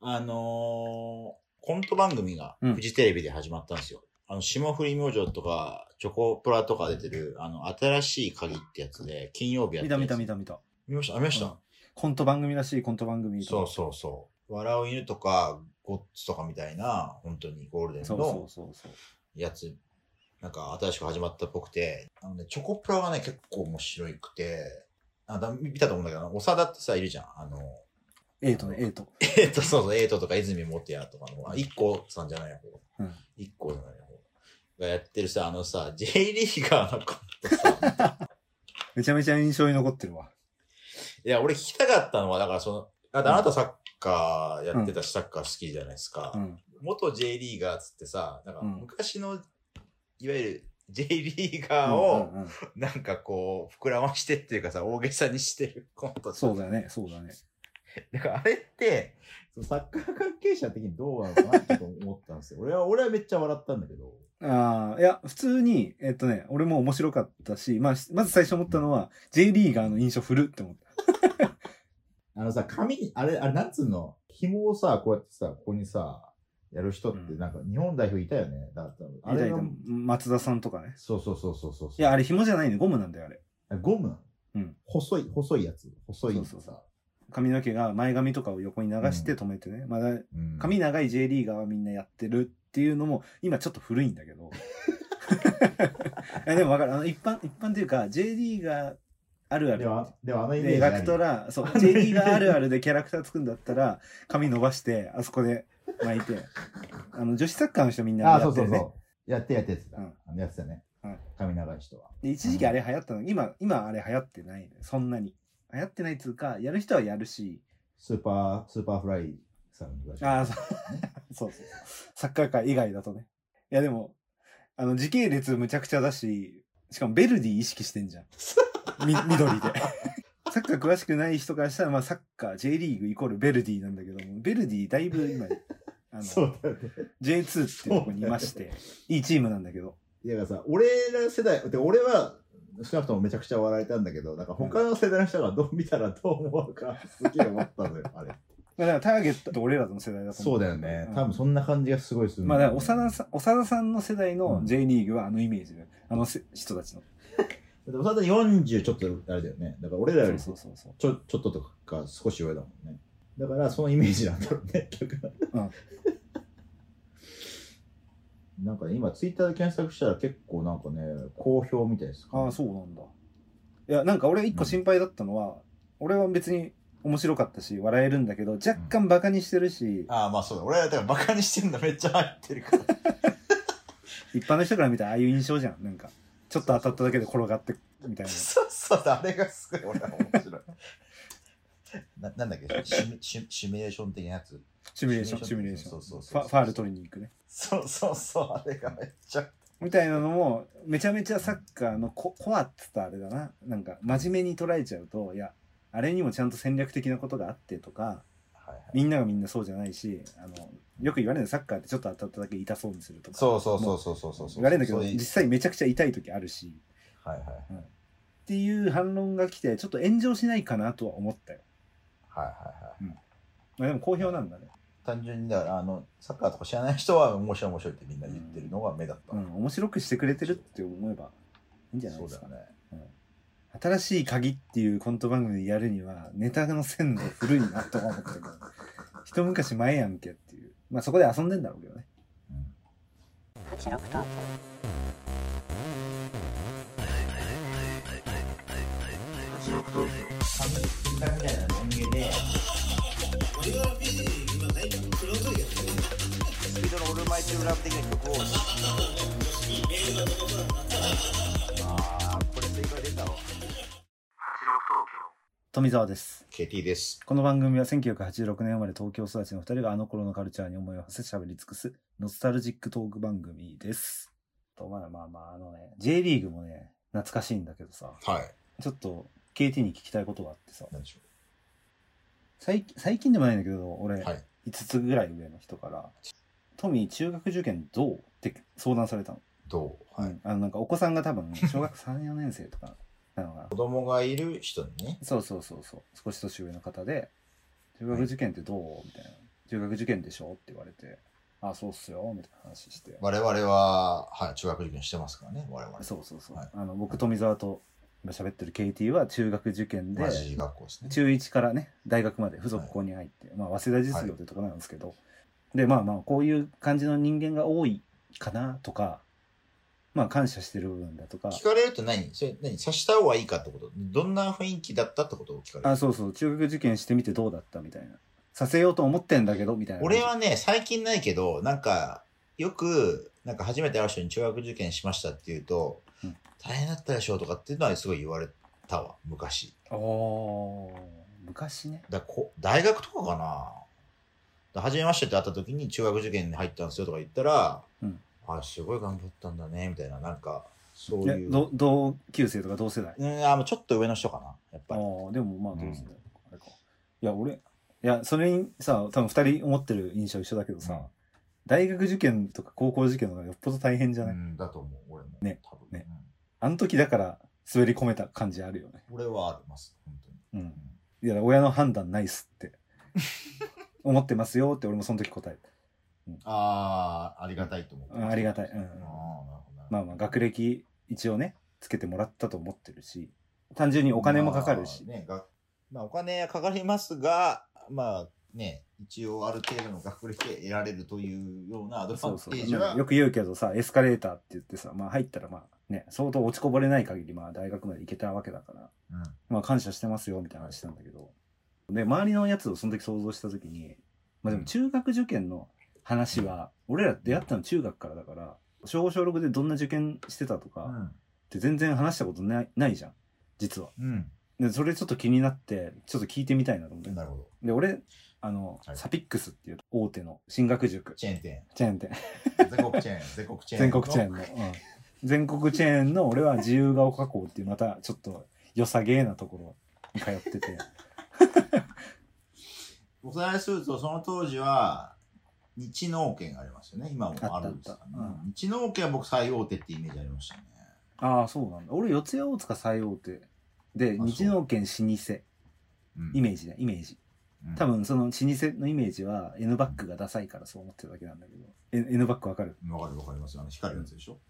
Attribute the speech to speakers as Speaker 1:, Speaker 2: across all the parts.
Speaker 1: あのーコント番組が
Speaker 2: うん
Speaker 1: フジテレビで始まったんですよ。あの、霜降り明星とか、チョコプラとか出てる、あの、新しい鍵ってやつで、金曜日やっ
Speaker 2: 見
Speaker 1: てるや
Speaker 2: た
Speaker 1: つ
Speaker 2: 見た見た見た。
Speaker 1: 見ましたあ見ました、
Speaker 2: うんコント番組らしいコント番組
Speaker 1: そ
Speaker 2: と
Speaker 1: う
Speaker 2: か。
Speaker 1: そうそう。笑う犬とか、ゴッツとかみたいな、本当にゴールデン
Speaker 2: そうそ
Speaker 1: の
Speaker 2: うそうそう。
Speaker 1: やつ、なんか新しく始まったっぽくて、あのね、チョコプラがね、結構面白くて、あだ見たと思うんだけど、長田ってさ、いるじゃん。あの、
Speaker 2: エイトね、エイト。
Speaker 1: えっと、そうそう、エイトとか泉元やとかの、あ一個さんじゃない方。
Speaker 2: うん
Speaker 1: 一個じゃない方。がやってるさ、あのさ、J リーガーのコントさ、
Speaker 2: めちゃめちゃ印象に残ってるわ。
Speaker 1: いや、俺聞きたかったのは、だからその、だってあなたサッカーやってたし、サッカー好きじゃないですか。
Speaker 2: うん。
Speaker 1: 元 J リーガーっつってさ、なんか
Speaker 2: うん
Speaker 1: 昔の、いわゆる J リーガーを、
Speaker 2: うんうんうん
Speaker 1: なんかこう、膨らましてっていうかさ、大げさにしてるコントさ
Speaker 2: そうだね、そうだね。
Speaker 1: だからあれって、そのサッカー関係者的にどうなのかなって思ったんですよ。俺は、俺はめっちゃ笑ったんだけど。
Speaker 2: ああ、いや、普通に、えっとね、俺も面白かったし、まあ、しまず最初思ったのは、J リーガーの印象振るって思った。
Speaker 1: あのさ、紙に、あれ、あれ、なんつうの紐をさ、こうやってさ、ここにさ、やる人って、
Speaker 2: うん
Speaker 1: なんか日本代表いたよね。だからあれ
Speaker 2: いたい
Speaker 1: の
Speaker 2: た松田さんとかね。
Speaker 1: そうそうそうそうそう。
Speaker 2: いや、あれ紐じゃないね、ゴムなんだよ、あれ。
Speaker 1: ゴムなの
Speaker 2: うん
Speaker 1: 細い、細いやつ。細い
Speaker 2: そ
Speaker 1: や
Speaker 2: う
Speaker 1: つさ。
Speaker 2: そうそう髪の毛が前髪とかを横に流して止めてね。まだ、
Speaker 1: うん
Speaker 2: 髪長い J リーガーはみんなやってるっていうのも、今ちょっと古いんだ けど。いやでもわかる。あの、一般、一般っていうか、J リーガーあるあ
Speaker 1: で
Speaker 2: る。
Speaker 1: も、でもあのイメー
Speaker 2: で、
Speaker 1: ジ
Speaker 2: ガクト
Speaker 1: 何
Speaker 2: ラ、そう、J リーガーあるあるでキャラクター作るんだったら、髪伸ばして、あそこで巻いて、あの、女子サッカーの人みんな
Speaker 1: あ、
Speaker 2: や
Speaker 1: そう
Speaker 2: って
Speaker 1: そう
Speaker 2: る
Speaker 1: そ
Speaker 2: ね。
Speaker 1: う。やってやってやってた。
Speaker 2: うん
Speaker 1: あのやってたね。
Speaker 2: うん
Speaker 1: 髪長い人は。
Speaker 2: で、一時期あれ流行ったの。今、今はあれ流行ってないね。そんなに。流行ってないっつうか、やる人はやるし、
Speaker 1: スーパー、スーパーフライさんの
Speaker 2: ああ、そう そうそうそう。サッカー界以外だとね。いや、でも、あの、時系列むちゃくちゃだし、しかもベルディ意識してんじゃ ん。み、緑で。サッカー詳しくない人からしたら、まあ、サッカー、J リーグイコールベルディなんだけども、ベルディだいぶ今、あ
Speaker 1: そ
Speaker 2: の、
Speaker 1: うだよね。
Speaker 2: J2 っていうとこにいまして、いいチームなんだけど。
Speaker 1: いやだからさ、俺ら世代、で俺は少なくともめちゃくちゃ笑えたんだけど、なんか他の世代の人がどう見たらどう思うか、すげえ思ったのよ、 あれ。
Speaker 2: まあ、だからターゲットと俺らの世代だと思。
Speaker 1: そううだよね。
Speaker 2: うん
Speaker 1: 多分そんな感じがすごいするん
Speaker 2: まあ、
Speaker 1: よね
Speaker 2: だから、長田さん、長田さんの世代の
Speaker 1: うん
Speaker 2: J リーグはあのイメージだよ。あのせ人たちの。
Speaker 1: だって長田さん40ちょっとあれだよね。だから俺らよりち
Speaker 2: そ
Speaker 1: ょ
Speaker 2: うそうそうそう。
Speaker 1: ちょっととか少し上だもんね。だからそのイメージなんだろう ね。だから
Speaker 2: うん
Speaker 1: なんかね、今ツイッターで検索したら結構なんかね、好評みたいです
Speaker 2: ああ、
Speaker 1: う。
Speaker 2: そうなんだ。いや、なんか俺一個心配だったのは、俺は別に面白かったし、笑えるんだけど、若干バカにしてるし、
Speaker 1: ああ、まあそうだ。俺らだからバカにしてんだめっちゃ入ってるから。
Speaker 2: 一般の人から見たらああいう印象じゃん。なんか、ちょっと当たっただけで転がって、みたいな。
Speaker 1: そうそうだ、あれがすごい俺は面白い。ななんだっけシミシミシミュレーション的なやつ。
Speaker 2: シミュレーション、シミュレーシ
Speaker 1: そ
Speaker 2: ョン。
Speaker 1: うそう
Speaker 2: フ
Speaker 1: そう。
Speaker 2: ァファール取りに行くね。
Speaker 1: そうそうそう、あれがめっちゃ。
Speaker 2: みたいなのも、めちゃめちゃサッカーのココアっつったらあれだな。なんか、真面目に捉えちゃうと、いや、あれにもちゃんと戦略的なことがあってとか、
Speaker 1: はいはい、
Speaker 2: みんながみんなそうじゃないし、あの、よく言われるのサッカーってちょっと当たっただけ痛そうにするとか。
Speaker 1: そうそうそうそうそうそうそう。
Speaker 2: 言われるんだけど、
Speaker 1: そういう
Speaker 2: 実際めちゃくちゃ痛い時あるし、
Speaker 1: はいはい
Speaker 2: っていう反論が来て、ちょっと炎上しないかなとは思ったよ。
Speaker 1: はいはいはい。
Speaker 2: まあでも好評なんだね。
Speaker 1: 単純にだからあのサッカーとか知らない人は面白い面白いってみんな言ってるのが目だった。
Speaker 2: うん、面白くしてくれてるって思えばいいんじゃない
Speaker 1: そうだ
Speaker 2: ですか
Speaker 1: よ。ね。
Speaker 2: 新しい鍵っていうコント番組でやるには、ネタの鮮度古いなとは思った けど、一昔前やんけっていう。まあそこで遊んでんだろうけどね。
Speaker 1: うん
Speaker 2: 富澤です。
Speaker 1: KT です。
Speaker 2: この番組は1986年生まれ東京育ちの二人があの頃のカルチャーに思いを馳せ喋り尽くすノスタルジックトーク番組です。とまあまあまあ、あのね、J リーグもね、懐かしいんだけどさ、
Speaker 1: はい。
Speaker 2: ちょっと KT に聞きたいことがあってさ、
Speaker 1: 何でしょ
Speaker 2: 最近最近でもないんだけど、俺、
Speaker 1: う。はい。
Speaker 2: 5つぐらい上の人から、トミー中学受験どうって相談されたの。
Speaker 1: どうはい。
Speaker 2: あの、なんかお子さんが多分、小学3、4年生とかなのかな
Speaker 1: 子。供がいる人にね。
Speaker 2: そうそうそうそう。少し年上の方で、中学受験ってどうみたいな。中学受験でしょって言われて、あ、そうっすよ、みたいな話して。
Speaker 1: 我々は、はい、中学受験してますからね、我々。
Speaker 2: そうそうそう。
Speaker 1: はい
Speaker 2: あの、僕、富澤と今喋ってる KT は中学受験で
Speaker 1: 同、じ学校ですね。
Speaker 2: 中1からね、大学まで付属校に入って、まあ、早稲田実業ってとこなんですけど、で、まあまあ、こういう感じの人間が多いかなとか、まあ、感謝してる部分だとか、
Speaker 1: 聞かれるって何それ何察した方がいいかってことどんな雰囲気だったってことを聞かれる
Speaker 2: あ、そうそう、中学受験してみてどうだったみたいな。させようと思ってんだけど、みたいな。
Speaker 1: 俺はね、最近ないけど、なんか、よく、なんか初めて会う人に中学受験しましたって言うと、
Speaker 2: うん
Speaker 1: 大変だったでしょとかっていうのはすごい言われたわ、昔。
Speaker 2: おー昔ね。
Speaker 1: だこ大学とかかなだ初めましてって会った時に中学受験に入ったんですよとか言ったら、
Speaker 2: うん
Speaker 1: あ、すごい頑張ったんだね、みたいな、なんか、そう
Speaker 2: いや
Speaker 1: いう。
Speaker 2: ど同級生とか同世代。
Speaker 1: うん、あもうちょっと上の人かな、やっ
Speaker 2: あ
Speaker 1: ぱり。
Speaker 2: ーでもまあ同世代、あれか。いや、俺、いや、それにさ、多分二人思ってる印象一緒だけどさ、
Speaker 1: うん
Speaker 2: 大学受験とか高校受験の方がよっぽど大変じゃ
Speaker 1: う
Speaker 2: ない、
Speaker 1: ん、だと思う、俺も。
Speaker 2: ね。
Speaker 1: 多分
Speaker 2: ね
Speaker 1: うん
Speaker 2: あの時だから滑り込めた感じあるよね。
Speaker 1: 俺はあります、本当に。
Speaker 2: うん。いや、親の判断ないっすって。思ってますよって俺もその時答えた。
Speaker 1: ああ、ありがたいと思ってます
Speaker 2: あありがたいう
Speaker 1: ああ、
Speaker 2: ん
Speaker 1: なるほどな。
Speaker 2: まあまあ学歴一応ね、つけてもらったと思ってるし、単純にお金もかかるし。
Speaker 1: まあねがまあ、お金はかかりますが、まあね、一応ある程度の学歴を得られるというようなアドバ
Speaker 2: そう
Speaker 1: ンテ
Speaker 2: そう
Speaker 1: ージは
Speaker 2: よく言うけどさエスカレーターって言ってさ、まあ、入ったらまあね相当落ちこぼれない限りまあ大学まで行けたわけだから、
Speaker 1: うん
Speaker 2: まあ、感謝してますよみたいな話したんだけどで周りのやつをその時想像した時に、まあ、でも中学受験の話は、俺ら出会ったの中学からだから小5小6でどんな受験してたとかって全然話したことないないじゃん実は
Speaker 1: うん。
Speaker 2: でそれちょっと気になってちょっと聞いてみたいなと思って
Speaker 1: うん。なるほど。
Speaker 2: で俺あの、
Speaker 1: はい
Speaker 2: サピックスっていう大手の進学塾
Speaker 1: チェーン店。
Speaker 2: チェーン店
Speaker 1: 全国チェーン。全国チェーン。
Speaker 2: 全国チェーンの、うん、全国チェーンの俺は自由が丘校っていうまたちょっと良さげーなところに通ってて
Speaker 1: おさらいすると、その当時は、日農研がありますよね。今もあるんですかね
Speaker 2: あったあったう。
Speaker 1: 日農研は僕最大手ってイメージありましたね。
Speaker 2: ああそうなんだ俺四谷大塚最大手で
Speaker 1: あそう
Speaker 2: 日農研老舗
Speaker 1: うん
Speaker 2: イメージねイメージ
Speaker 1: うん
Speaker 2: 多分その老舗のイメージは N バックがダサいからそう思ってるだけなんだけど N, N バックわかる
Speaker 1: わかるわかります。あの、光るやつでしょ。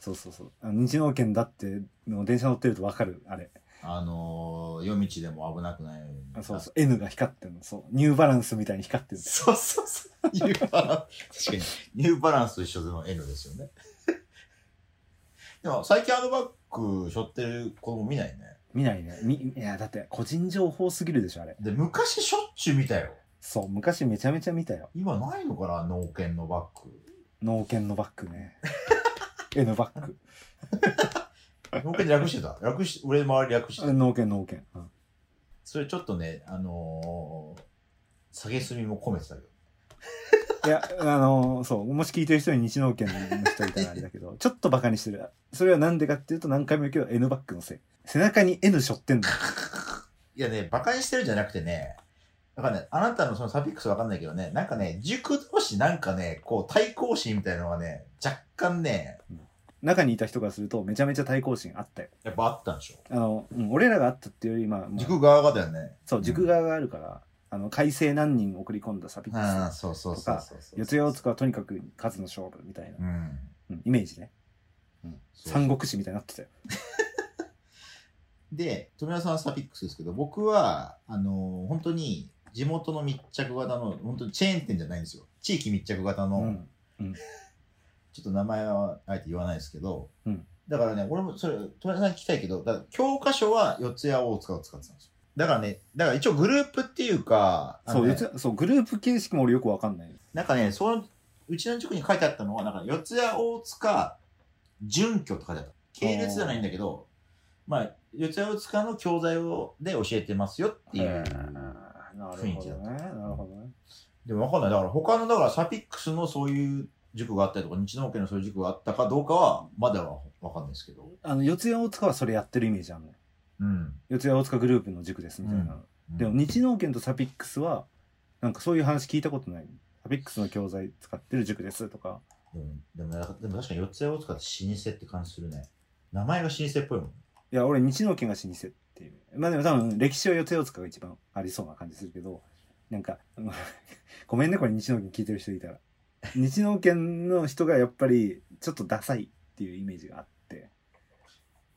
Speaker 2: そうそうそうあの日農研だっての電車乗ってるとわかるあれ
Speaker 1: あのー、夜道でも危なくないように。
Speaker 2: あそうそう N が光ってるのそうニューバランスみたいに光ってる
Speaker 1: そうそうそう。ニューバランス。確かに。ニューバランスと一緒の N ですよね。でも、最近あのバッグ背負ってる子供見ないね。
Speaker 2: 見ないねみいやだって個人情報すぎるでしょあれ
Speaker 1: で、昔しょっちゅう見たよ。
Speaker 2: そう昔めちゃめちゃ見たよ
Speaker 1: 今ないのかな農研のバッグ。
Speaker 2: 農研のバッグね。N バッグ。
Speaker 1: 農研略してた。略し、俺周り略してた。
Speaker 2: 農研、農研。うん
Speaker 1: それちょっとね、あのー、下げすみも込めてたけど。
Speaker 2: いや、あのそう、もし聞いてる人に日農研の人いたらあれだけど、ちょ っとバカにしてる。それはなんでかっていうと何回も言うけど N バッグのせい。背中に N 背負ってんだよ。
Speaker 1: いやね、馬鹿にしてるんじゃなくてね、なんかね、あなたのそのサピックスわかんないけどね、なんかね、塾同士なんかね、こう対抗心みたいなのがね、若干ね、
Speaker 2: 中にいた人からするとめちゃめちゃ対抗心あったよ。
Speaker 1: やっぱあったんでしょ
Speaker 2: あの、うん俺らがあったっていうより、まあ、まあ
Speaker 1: 塾側がだよね。
Speaker 2: そう、塾側があるから、あの、改正何人送り込んだサピ
Speaker 1: うん。あ
Speaker 2: ッ
Speaker 1: あ、
Speaker 2: クス。
Speaker 1: そうそう
Speaker 2: と
Speaker 1: そう
Speaker 2: か
Speaker 1: そうそう。
Speaker 2: 四谷大塚はとにかく数の勝負みたいな、
Speaker 1: うん。
Speaker 2: うんイメージね。
Speaker 1: そう
Speaker 2: 三国志みたいになってたよ。
Speaker 1: で、富田さんはサピックスですけど、僕は、あのー本当に地元の密着型の、本当にチェーン店じゃないんですよ。地域密着型の、
Speaker 2: うん。
Speaker 1: ちょっと名前はあえて言わないですけど、
Speaker 2: うん
Speaker 1: だからね、俺もそれ、富田さんに聞きたいけど、だから教科書は四谷大塚を使ってたんですよ。だからね、だから一応グループっていうか、あ
Speaker 2: そ
Speaker 1: の
Speaker 2: う、
Speaker 1: ね
Speaker 2: 四谷そう、グループ形式も俺よくわかんない。
Speaker 1: なんかね、その、うちの塾に書いてあったのは、なんか、四谷大塚、準拠とかだった。系列じゃないんだけど、まあ、四谷大塚の教材を、で教えてますよっていう。
Speaker 2: なる
Speaker 1: 雰囲
Speaker 2: ほ
Speaker 1: 気
Speaker 2: ど
Speaker 1: だっ
Speaker 2: ね。
Speaker 1: た
Speaker 2: なるほどね。
Speaker 1: でもわかんない。だから、他の、だから、サピックスのそういう塾があったりとか、日農家のそういう塾があったかどうかは、まだはわかんないですけど。
Speaker 2: あの、四谷大塚はそれやってるイメージあるの。
Speaker 1: うん。
Speaker 2: 四谷大塚グループの塾ですみたいな。でも、日農研とサピックスは、なんかそういう話聞いたことない。サピックスの教材使ってる塾ですとか。
Speaker 1: うん、でも、なんかでも確かに四谷大塚って老舗って感じするね。名前が老舗っぽいもん。
Speaker 2: いや、俺、日農研が老舗っていう。まあでも多分、歴史は四谷大塚が一番ありそうな感じするけど、なんか、 あのごめんね、これ日農研聞いてる人いたら。日農研の人がやっぱり、ちょっとダサいっていうイメージがあって。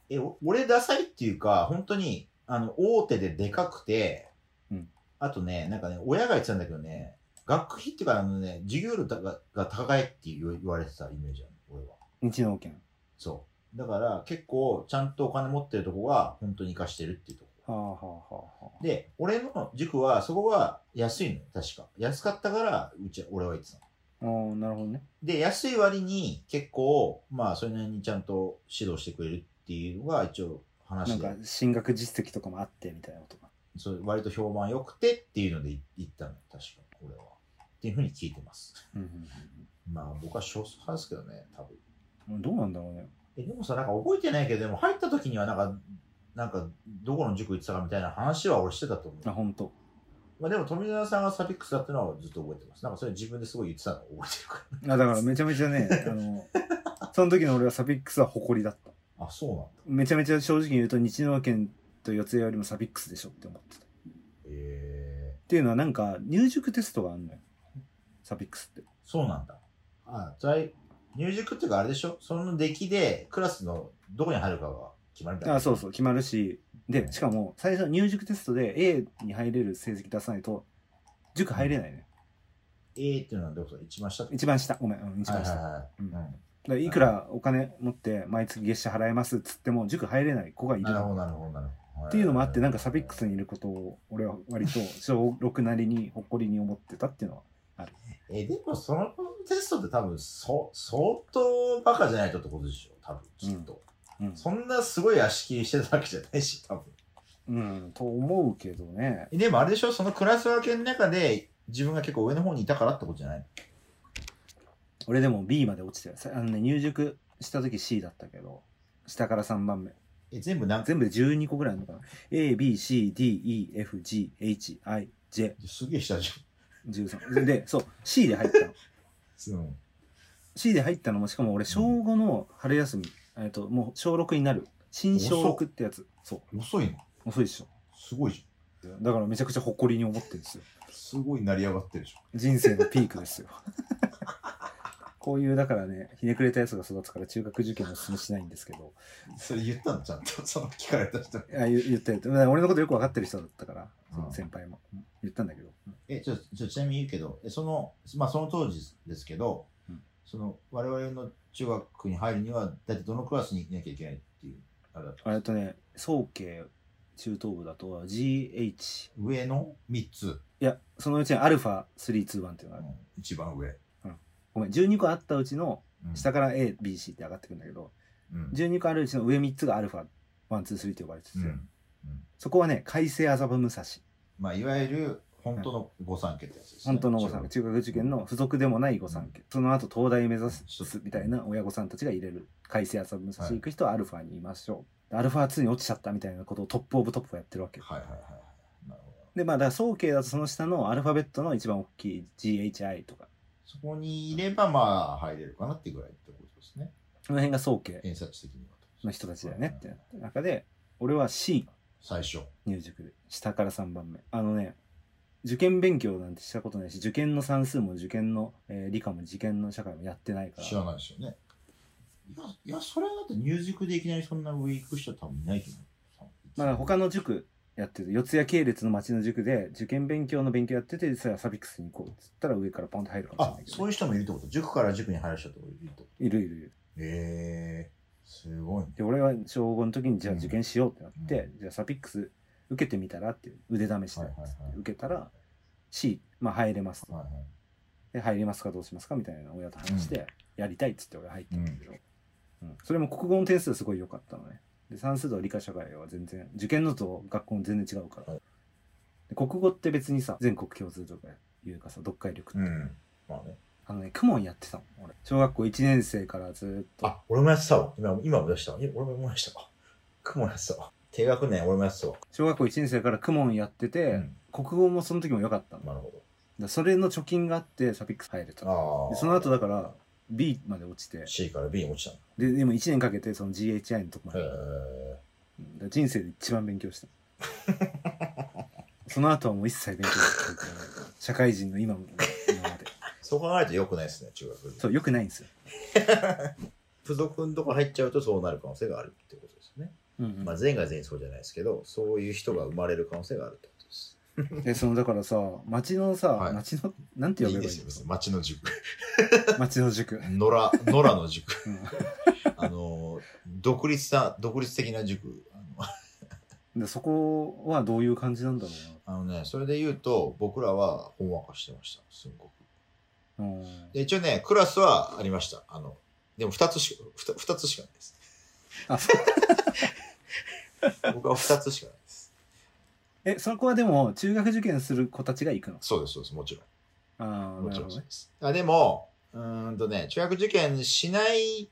Speaker 1: え、お俺ダサいっていうか、本当に、あの、大手ででかくて、
Speaker 2: うん
Speaker 1: あとね、なんかね、親が言ってたんだけどね、学費っていうか、あのね、授業料がが高いって言う言われてたイメージある、俺は。
Speaker 2: 日農研。
Speaker 1: そう。だから、結構、ちゃんとお金持ってるとこが、本当に活かしてるっていうとこ。
Speaker 2: はあはあはあはあ。
Speaker 1: で、俺の塾は、そこは安いのよ、確か。安かったから、うち、俺は言ってたの。
Speaker 2: あーなるほどね。
Speaker 1: で、安い割に、結構、まあ、それなりにちゃんと指導してくれるっていうのが、一応、
Speaker 2: な
Speaker 1: 話
Speaker 2: ん
Speaker 1: で
Speaker 2: か。進学実績とかもあってみたいなことが。
Speaker 1: そう割と評判良くてっていうのでい言ったのよ、確か、俺は。っていうふうに聞いてます。
Speaker 2: うんうんうん
Speaker 1: まあ、僕は少数派ですけどね、多分。
Speaker 2: うんどうなんだろうね。
Speaker 1: え、でもさ、なんか覚えてないけど、でも入った時には、なんか、なんか、どこの塾行ってたかみたいな話は俺してたと思う
Speaker 2: あ、。本 当。
Speaker 1: まあでも富澤さんがサピックスだってのはずっと覚えてます。なんかそれ自分ですごい言ってたのを覚えてるか
Speaker 2: あだからめちゃめちゃね、あの、その時の俺はサピックスは誇りだった。
Speaker 1: ら。 あ、そうなんだ。
Speaker 2: めちゃめちゃ正直に言うと、日農研と四谷よりもサピックスでしょって思ってた。っ
Speaker 1: へえ
Speaker 2: ていうのはなんか、入塾テストがあるのよ。サピックスって。
Speaker 1: そうなんだ。あ、在入塾っていうかあれでしょその出来でクラスのどこに入るかが決まるんだ
Speaker 2: あそうそう、決まるし。で、しかも、最初入塾テストで A に入れる成績出さないと、塾入れないね。
Speaker 1: う。A っていうのはどういうこと一番下って
Speaker 2: 一番下。ごめん、うん一
Speaker 1: はいは
Speaker 2: 番下。
Speaker 1: い
Speaker 2: だか
Speaker 1: はい。
Speaker 2: うん
Speaker 1: うん
Speaker 2: らいくらお金持って、毎月月謝払えますっつっても、塾入れない子がいる
Speaker 1: なる
Speaker 2: の。
Speaker 1: ほど、なるほど、なるほど。
Speaker 2: っていうのもあって、なんかサピックスにいることを、俺は割と小6なりに誇りに思ってたっていうのは。
Speaker 1: え、でもそのテストって多分、そ、相当バカじゃないとってことでしょ多分、きっと。
Speaker 2: うん
Speaker 1: そんなすごい足切りしてたわけじゃないし、多分。
Speaker 2: うん、と思うけどね。
Speaker 1: でもあれでしょそのクラス分けの中で、自分が結構上の方にいたからってことじゃない
Speaker 2: 俺でも B まで落ちてる。さあのね、入塾した時 C だったけど、下から3番目。
Speaker 1: え、全部何
Speaker 2: 全部で12個ぐらいあるのかな。A, B, C, D, E, F, G, H, I, J、
Speaker 1: すげえ下じ
Speaker 2: 13。で、そう、C で入ったの。
Speaker 1: ゃん。うん。
Speaker 2: C で入ったのも、しかも俺、小5の春休み、えっと、もう小6になる。新小6ってやつ。そ
Speaker 1: 遅いの
Speaker 2: う、遅いでしょ。
Speaker 1: すごいじ
Speaker 2: だからめちゃくちゃ誇りに思ってるんですよ。
Speaker 1: ゃん。すごい成り上がってるでしょ。
Speaker 2: 人生のピークで すよ。こういう、だからね、ひねくれたやつが育つから中学受験おすすめしないんですけど。
Speaker 1: それ言ったのちゃん と。その聞かれた人。
Speaker 2: あ言言った言ったまあ俺のことよく分かってる人だったから、
Speaker 1: うん
Speaker 2: 先輩も言ったんだけど、
Speaker 1: え、ちょ、ちょ、ちなみに言うけど、えその、まあその当時ですけど、
Speaker 2: うん
Speaker 1: その、我々の中学に入るには、だいたいどのクラスにいなきゃいけないっていう、あれだった。
Speaker 2: あれとね宗慶中等部だと GH
Speaker 1: 上の3つ。
Speaker 2: いやそのうちに α321 っていうのがあ
Speaker 1: う
Speaker 2: る、
Speaker 1: ん一番上。
Speaker 2: ごめん12個あったうちの
Speaker 1: うん
Speaker 2: 下から ABC って上がってくんだけど
Speaker 1: うん。
Speaker 2: 12個あるうちの上3つが α123 って呼ばれてて、
Speaker 1: うん
Speaker 2: そこはね改正麻布武蔵
Speaker 1: まあ、いわゆる、本当の御三家ってやつですね。
Speaker 2: 本当の御三家中学受験の付属でもない御三家、その後東大目指すみたいな親御さんたちが入れる改正朝武蔵行く人はアルファにいましょう、アルファ2に落ちちゃったみたいなことをトップオブトップがやってるわけ
Speaker 1: はいはいはいはい。なるほど。
Speaker 2: でまあだから総計だとその下のアルファベットの一番大きい GHI とか
Speaker 1: そこにいれば、まあ、入れるかなってぐらいってことですね。
Speaker 2: その辺が総計
Speaker 1: 偏差値的にはと。
Speaker 2: の人たちだよねってなってる中で俺は C
Speaker 1: 最初。
Speaker 2: 入塾で下から3番目あのね受験勉強なんてしたことないし受験の算数も受験の、えー理科も受験の社会もやってないから
Speaker 1: 知らないですよね。いや、いや、それはだって入塾でいきなりそんな上行く人は多分いないと思う。
Speaker 2: まあ、他の塾やってて四谷系列の町の塾で受験勉強の勉強やってて実はサビックスに行こうっつったら上からポンと入るかもしれ
Speaker 1: あ
Speaker 2: ない、けど
Speaker 1: そ
Speaker 2: ね、
Speaker 1: ういう人もいるってこと塾から塾に入る人ってこといるってこ
Speaker 2: いるいるいる
Speaker 1: とへえー、すごいね。
Speaker 2: で俺は小5の時にじゃあ
Speaker 1: うん
Speaker 2: 受験しようってなって、
Speaker 1: う
Speaker 2: じゃあサビックス受けてみたらっていう腕試しだっつって、
Speaker 1: はいはいはい
Speaker 2: 受けたら C、まあ、入れますと、
Speaker 1: はいはい。
Speaker 2: で入れますかどうしますかみたいな親と話して、やりたいっつって俺入ったんだけど、うんそれも国語の点数すごい良かったのねで算数と理科社会は全然受験のと学校も全然違うから、
Speaker 1: は
Speaker 2: で国語って別にさ全国共通とかいうかさ読解力って、
Speaker 1: うん。まあね。
Speaker 2: あのね公文やってたの俺小学校1年生からずっと
Speaker 1: あ、俺もやってたわ。今、今も出したわ。いや俺もやってたわ。雲やってたわ。低学年俺もやってたわ。
Speaker 2: 小学校1年生から公文やってて、
Speaker 1: うん。
Speaker 2: 国語もその時も良かったの
Speaker 1: なるほ
Speaker 2: でそれの貯金があってサピックス入れた
Speaker 1: ど。ああ。
Speaker 2: でその後だから B まで落ちて
Speaker 1: C から B に落ちたの。
Speaker 2: ででも1年かけてその GHI のとこまで
Speaker 1: へえ。
Speaker 2: だから人生で一番勉強したその後はもう一切勉強してない社会人の今も、今まで。
Speaker 1: そう考えると良くないですね、中学
Speaker 2: そう、良くないんですよ。
Speaker 1: 付属のとこ入っちゃうとそうなる可能性があるってことですね。
Speaker 2: うんうん
Speaker 1: まあ、全員が全員そうじゃないですけど、そういう人が生まれる可能性があるってことです。
Speaker 2: で、その、だからさ、町のさ、
Speaker 1: はい
Speaker 2: 町の、なんて呼
Speaker 1: い
Speaker 2: べ
Speaker 1: い
Speaker 2: ば
Speaker 1: で
Speaker 2: いい
Speaker 1: すよ、別に町の塾。
Speaker 2: の町の塾。
Speaker 1: 野良、野良の塾。
Speaker 2: うん
Speaker 1: あの、独立さ、独立的な塾。あ
Speaker 2: でそこはどういう感じなんだろ
Speaker 1: の あのね、それで言うと、僕らはほんわかしてました、すごく。
Speaker 2: うな。うん
Speaker 1: で、一応ね、クラスはありました。あの、でも2つしか、2, 二つしかないです。
Speaker 2: あそう
Speaker 1: 僕は2つしかないです。
Speaker 2: え、そこはでも、中学受験する子たちが行くの
Speaker 1: そうです、そうです、もちろん。
Speaker 2: ああ、
Speaker 1: も
Speaker 2: な
Speaker 1: ち
Speaker 2: る
Speaker 1: ろん
Speaker 2: ほど
Speaker 1: そう
Speaker 2: ね。
Speaker 1: です。あでも、うーんとね、中学受験しない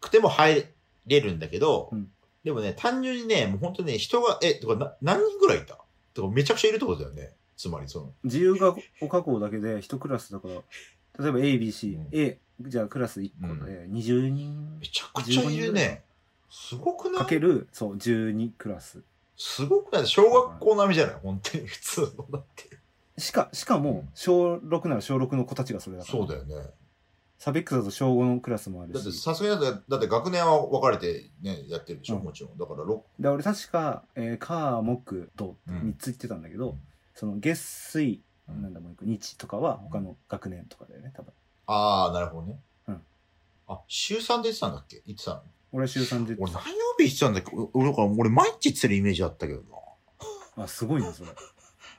Speaker 1: くても入れるんだけど、
Speaker 2: うん
Speaker 1: でもね、単純にね、もう本当にね、人が、え、とかな何人ぐらいいたとかめちゃくちゃいるってことだよね。つまり、その、
Speaker 2: 自由がお加工だけで一クラスだから、例えば A、B、C、
Speaker 1: うん
Speaker 2: A、じゃあクラス1個で20人
Speaker 1: めちゃくちゃいるね。すごくな
Speaker 2: か
Speaker 1: い
Speaker 2: ける、そう、12クラス。
Speaker 1: すごくない小学校並みじゃない本当に普通のだって。
Speaker 2: しか、しか
Speaker 1: う
Speaker 2: も
Speaker 1: ん、
Speaker 2: 小6なら小6の子たちがそれだから。
Speaker 1: そうだよね。
Speaker 2: サベックだと小5のクラスもある
Speaker 1: だって
Speaker 2: し。
Speaker 1: さすがにだってだって学年は分かれて、ね、やってるでしょ、
Speaker 2: うん
Speaker 1: もちろんだからろ
Speaker 2: で、俺確か、えー、火、木、土、
Speaker 1: うん
Speaker 2: 3つ言ってたんだけど、
Speaker 1: うん
Speaker 2: その月、水、
Speaker 1: うん
Speaker 2: なんだもう一個、日とかは他の学年とかだよね、多分。
Speaker 1: ああなるほどね、
Speaker 2: うん
Speaker 1: あ週3で言ってたんだっけ言ってたの
Speaker 2: 俺は週3で言っ
Speaker 1: 俺
Speaker 2: て
Speaker 1: 何曜日言ってたんだっけお俺だから俺毎日言ってるイメージあったけどな
Speaker 2: た。あ、すごいな、それ。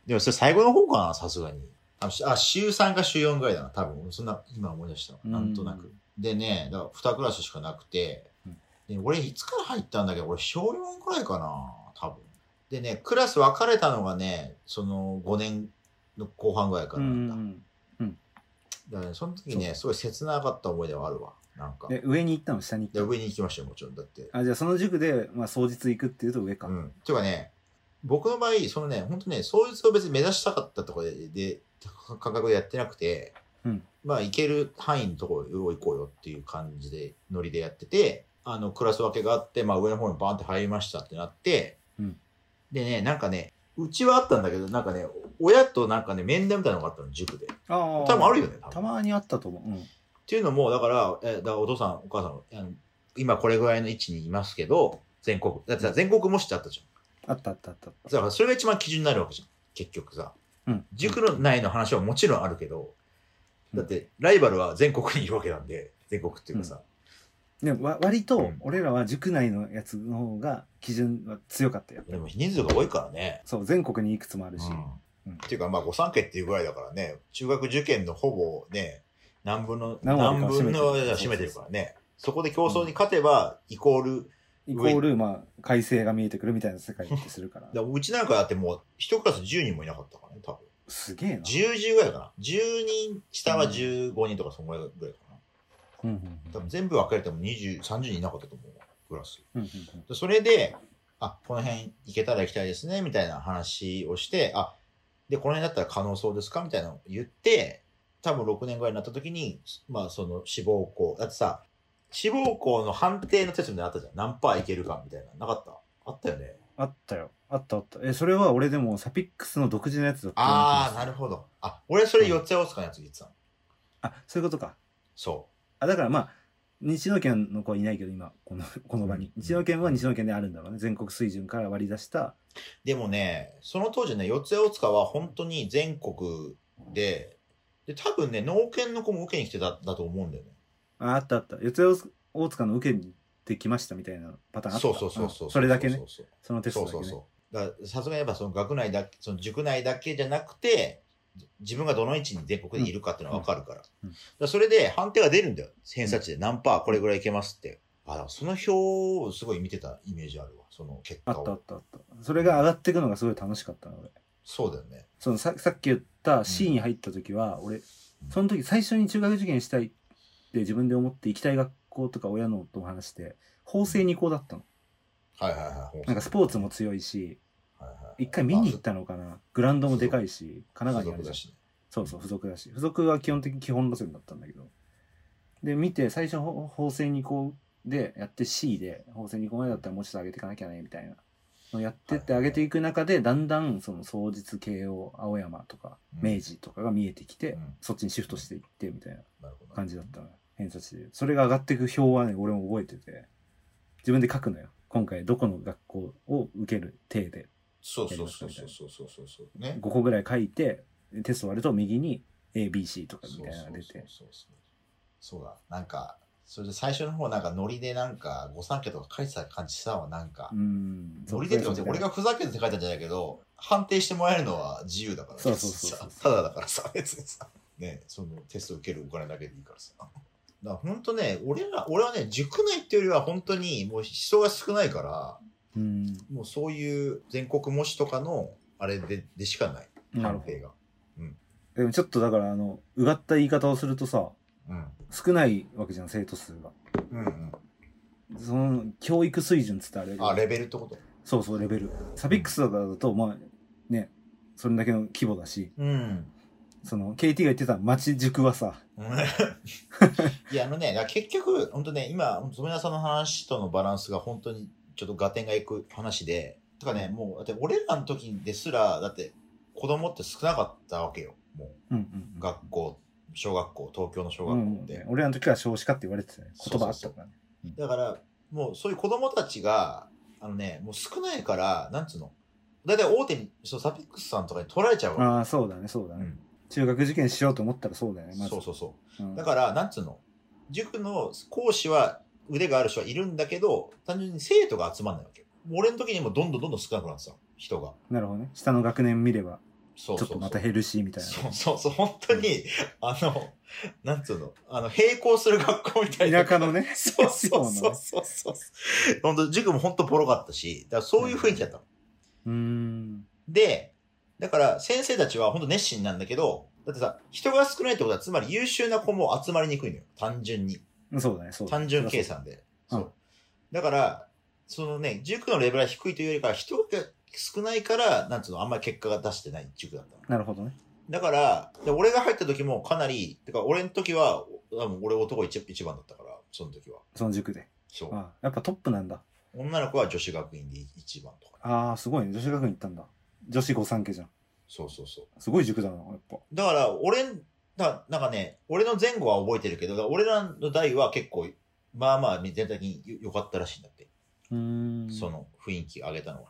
Speaker 1: でもそれ最後の方かなさすがにあしあ週3か週4ぐらいだな多分俺そんな今思い出したわ
Speaker 2: うん
Speaker 1: なんとなくでねだから2クラスしかなくて、
Speaker 2: うん
Speaker 1: で俺いつから入ったんだっけど俺小4くらいかな多分でねクラス分かれたのがねその5年の後半ぐらいか
Speaker 2: う
Speaker 1: ら
Speaker 2: ん
Speaker 1: だった、
Speaker 2: うん
Speaker 1: だからね、その時ね、すごい切なかった思い出はあるわ。なんか
Speaker 2: うん。。で、上に行ったの、下に
Speaker 1: で
Speaker 2: 行っ
Speaker 1: 上に行きましたよ、もちろん。だって。
Speaker 2: たの。あ、じゃあその塾で、まあ、双日行くっていうと上か。
Speaker 1: うん。ていうかね、僕の場合、そのね、本当ね、創立を別に目指したかったところで、でか感覚でやってなくて、
Speaker 2: うん
Speaker 1: まあ、行ける範囲のところを行こうよっていう感じで、ノリでやってて、あの、クラス分けがあって、まあ、上の方にバーンって入りましたってなって、
Speaker 2: うん
Speaker 1: でね、なんかね、うちはあったんだけど、なんかね、親となんかね、面談みたいなのがあったの、塾で。
Speaker 2: ああ。
Speaker 1: 多分あるよね、多分
Speaker 2: たまにあったと思う。うん。
Speaker 1: っていうのも、だから、えだからお父さん、お母さんあの、今これぐらいの位置にいますけど、全国、だってさ、全国模試ってあったじ
Speaker 2: あったあったあったあっ
Speaker 1: ゃん。だから、それが一番基準になるわけじゃん。結局さ。
Speaker 2: た。うん。
Speaker 1: 塾の内の話はもちろんあるけど、
Speaker 2: うん
Speaker 1: だって、ライバルは全国にいるわけなんで、全国っていうかさ。
Speaker 2: でもわ割
Speaker 1: う
Speaker 2: と
Speaker 1: ん
Speaker 2: 俺らは塾内のやつの方が基準は強かったよ。
Speaker 1: でも、人数が多いからね。
Speaker 2: そう全国にいくつもあるし、
Speaker 1: うん
Speaker 2: うん
Speaker 1: っていうか、まあ、御三家っていうぐらいだからね、中学受験のほぼね、何分の、
Speaker 2: 何
Speaker 1: 何
Speaker 2: 割か占めてる
Speaker 1: 分の占めてるからね。そこで競争に勝てば、イコール、
Speaker 2: イコールまあ改正が見えてくるみたいな世界ってするから
Speaker 1: だからうちなんかだってもう、一クラス10人もいなかったからね、多分。
Speaker 2: すげえ
Speaker 1: 10
Speaker 2: な、
Speaker 1: 時ぐらいかな。10人、下は15人とかそんぐらいぐらいかな。
Speaker 2: うんうん
Speaker 1: 多分全部分かれても20、30人いなかったと思うわクラス。
Speaker 2: うんうんうん、
Speaker 1: でそれで、あ、この辺行けたら行きたいですね、みたいな話をして、あ、で、この辺だったら可能そうですかみたいなのを言って、多分6年ぐらいになった時に、まあその志望校、だってさ、志望校の判定のテストみたいなのあったじゃん。何パーいけるかみたいな。なかったあったよね。
Speaker 2: あったよあったあったえそれは俺でもサピックスの独自のやつだったような
Speaker 1: ああ、
Speaker 2: 気がす
Speaker 1: なるほど。あ、俺それ四谷大塚のやつ言ってたの。
Speaker 2: あそういうことか
Speaker 1: そ
Speaker 2: あだからまあ日野県の子はいないけど今このこの場に、
Speaker 1: うん
Speaker 2: 日野県は日野県であるんだろうね全国水準から割り出した
Speaker 1: う。でもね、その当時ね、四谷大塚は本当に全国で、で、多分ね、農研の子も受けに来てただと思うんだよね。
Speaker 2: ああったあった四谷大塚の受けにできましたみたいなパターンあった
Speaker 1: そうそうそうそう。
Speaker 2: んそれだけね
Speaker 1: そうそう
Speaker 2: そのテス
Speaker 1: そ
Speaker 2: ト
Speaker 1: うそ
Speaker 2: だけ
Speaker 1: う
Speaker 2: ね
Speaker 1: そう。だからさすがにやっぱその学内だけ、その塾内だけじゃなくて、じ自分がどの位置に全国にいるかっていうのがわかるから。
Speaker 2: うんうん
Speaker 1: だからそれで判定が出るんだよ。偏差値で何パーこれぐらいいけますって。あだからその表をすごい見てたイメージあるわ。その結
Speaker 2: あ
Speaker 1: 果
Speaker 2: ったあ
Speaker 1: を
Speaker 2: っ。たあった。それが上がっていくのがすごい楽しかったな、俺。
Speaker 1: そうだよね。
Speaker 2: そのささっき言ったシーンに入った時は、俺、その時最初に中学受験したいって自分で思って行きたい学校とか親のとも話して、法制二校だったの。
Speaker 1: はいはいはい。
Speaker 2: なんかスポーツも強いし、
Speaker 1: はいはい
Speaker 2: 一回見に行ったのかな。グラウンドもでかいし、神奈川にあるし。
Speaker 1: ね。
Speaker 2: そうそう、付属だし。付属は基本的に基本路線だったんだけど。で、見て、最初法制二校でやって C で、法制二校までだったらもうちょっと上げていかなきゃね、みたいなやってって上げていく中で、だんだんその双日慶応、青山とか、明治とかが見えてきて、
Speaker 1: うん
Speaker 2: そっちにシフトしていってみたいな
Speaker 1: なるほど
Speaker 2: 感じだったのよ偏差値で。それが上がっていく表はね、俺も覚えてて、自分で書くのよ。今回どこの学校を受ける体で
Speaker 1: そうそうそうそうそうそうそうそうね
Speaker 2: 5個ぐらい書いて、テスト割ると右に ABC とか
Speaker 1: そう
Speaker 2: み
Speaker 1: そう
Speaker 2: たいな
Speaker 1: そう
Speaker 2: のが出
Speaker 1: そ
Speaker 2: て
Speaker 1: う。そうそうだなんかそれで最初の方なんかノリでなんか御三家とか書いてた感じさはなんか、
Speaker 2: うん。
Speaker 1: ノリでってか俺がふざけて書いたんじゃないけど判定してもらえるのは自由だからね
Speaker 2: そうそうそうそう
Speaker 1: さ ただだからさ別にさねそのテスト受けるお金だけでいいからさだからほんとね俺ら俺はね塾内っていうよりは本当にもう人が少ないから
Speaker 2: うん。
Speaker 1: もうそういう全国模試とかのあれででしかない
Speaker 2: なる
Speaker 1: 判
Speaker 2: ほ
Speaker 1: 定が
Speaker 2: ど。でもちょっとだから、あの、うがった言い方をするとさ、
Speaker 1: うん
Speaker 2: 少ないわけじゃん、生徒数が。
Speaker 1: うん
Speaker 2: その、教育水準っつってあれだ
Speaker 1: う
Speaker 2: け
Speaker 1: ん
Speaker 2: ど
Speaker 1: あレベルってこと
Speaker 2: そうそう、レベル。サビックスとかだと、まあ、ね、それだけの規模だし、
Speaker 1: うん
Speaker 2: その、KT が言ってた町塾はさ、
Speaker 1: いや、あのね、だから結局、本当ね、今、染谷さんの話とのバランスが本当にちょっと合点がいく話で、とかね、もう、だって俺らの時ですら、だって子供って少なかったわけよ。も
Speaker 2: うんうん
Speaker 1: う、。学校、小学校、東京の小
Speaker 2: う
Speaker 1: 学
Speaker 2: ん
Speaker 1: 校って。
Speaker 2: うん、俺らの時は少子化って言われてたね。言葉あったからね。
Speaker 1: だから、もうそういう子供たちが、あのね、もう少ないから、なんつうの、だいたい大手に、そのサピックスさんとかに取られちゃうわ
Speaker 2: ああ、そうだね、そうだ
Speaker 1: け。
Speaker 2: ね、中学受験しようと思ったらそうだよ
Speaker 1: う
Speaker 2: ね、
Speaker 1: ん
Speaker 2: まず。
Speaker 1: そうそうそう。
Speaker 2: うん
Speaker 1: だから、なんつうの、塾の講師は腕がある人はいるんだけど、単純に生徒が集まんないわけよ。もう俺の時にもどんどんどんどん少なくなってたの人が。
Speaker 2: なるほどね。下の学年見れば、
Speaker 1: そう
Speaker 2: ち
Speaker 1: そう
Speaker 2: ょっ
Speaker 1: そ
Speaker 2: と
Speaker 1: う。
Speaker 2: また減るし、みたい
Speaker 1: そうそうそう、本当に、あの、なんつうの、あの、並行する学校みたいな。。
Speaker 2: な。田舎のね
Speaker 1: そうそうそうそうそう。本当塾も本当ボロかったし、だからそういう雰囲気だったの。
Speaker 2: うーん。
Speaker 1: で、だから先生たちは本当熱心なんだけど、だってさ、人が少ないってことは、つまり優秀な子も集まりにくいのよ。単純に。
Speaker 2: そうだね、そうだね。
Speaker 1: 単純計算で。
Speaker 2: う
Speaker 1: そ
Speaker 2: ん
Speaker 1: う。だから、そのね、塾のレベルは低いというよりかは、人が少ないから、なんつうの、あんまり結果が出してない塾だったの。
Speaker 2: なるほどね。
Speaker 1: だから、で俺が入った時もかなり、てか俺の時は、多分俺男一一番だったから、その時は。
Speaker 2: その塾で。
Speaker 1: そう。
Speaker 2: あやっぱトップなんだ。
Speaker 1: 女の子は女子学院で一番とか。
Speaker 2: ああ、すごいね。女子学院行ったんだ。女子御三家じゃん。
Speaker 1: そうそうそう。
Speaker 2: すごい塾だな、やっぱ。
Speaker 1: だから、俺、だなんかね、俺の前後は覚えてるけど、だから俺らの代は結構、まあまあ、全体的に良良かったらしいんだって。
Speaker 2: うーん。
Speaker 1: その雰囲気上げたのは。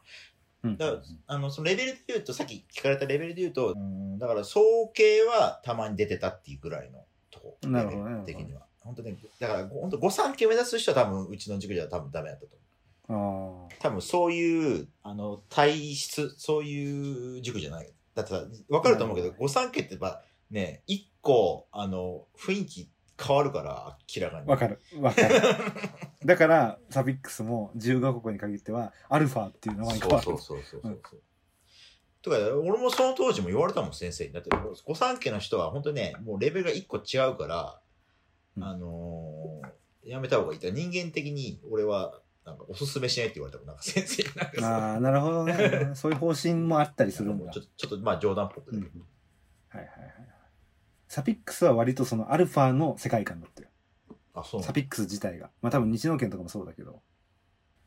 Speaker 2: うん。
Speaker 1: だからあの、そのレベルで言うと、さっき聞かれたレベルで言うと、うんだから、総計はたまに出てたっていうぐらいのとこ。
Speaker 2: なるほどね
Speaker 1: レベル的には。本当ね、だから、本当、五三家目指す人は多分、うちの塾では多分ダメだったと思う。
Speaker 2: ああ。
Speaker 1: 多分、そういう、あの、体質、そういう塾じゃない。だってさ、わかると思うけど、
Speaker 2: なる
Speaker 1: 五三家ってば、ね、一個、あの、雰囲気変わるから、明らかに。
Speaker 2: わかる。わ かる。だから、サビックスも自由学校に限っては、アルファっていう名前
Speaker 1: そ
Speaker 2: 変
Speaker 1: う
Speaker 2: わ
Speaker 1: そう
Speaker 2: る。
Speaker 1: そうそうそうそう。とか、俺もその当時も言われたもん、先生に。だって、御三家の人は本当ね、もうレベルが一個違うから、
Speaker 2: うん
Speaker 1: あのーやめた方がいい。だから人間的に俺は、なんかおすすめしないって言われたもん、なんか先生になんかさ
Speaker 2: ああ、なるほどね。 そういう方針もあったりするんだ。
Speaker 1: ちょっとちょっとまあ冗談っぽく
Speaker 2: うん
Speaker 1: ね、
Speaker 2: はいはいはい。サピックスは割とそのアルファの世界観だったよ。
Speaker 1: あ、そうな
Speaker 2: サ
Speaker 1: の
Speaker 2: ピックス自体が。まあ多分日能研とかもそうだけど。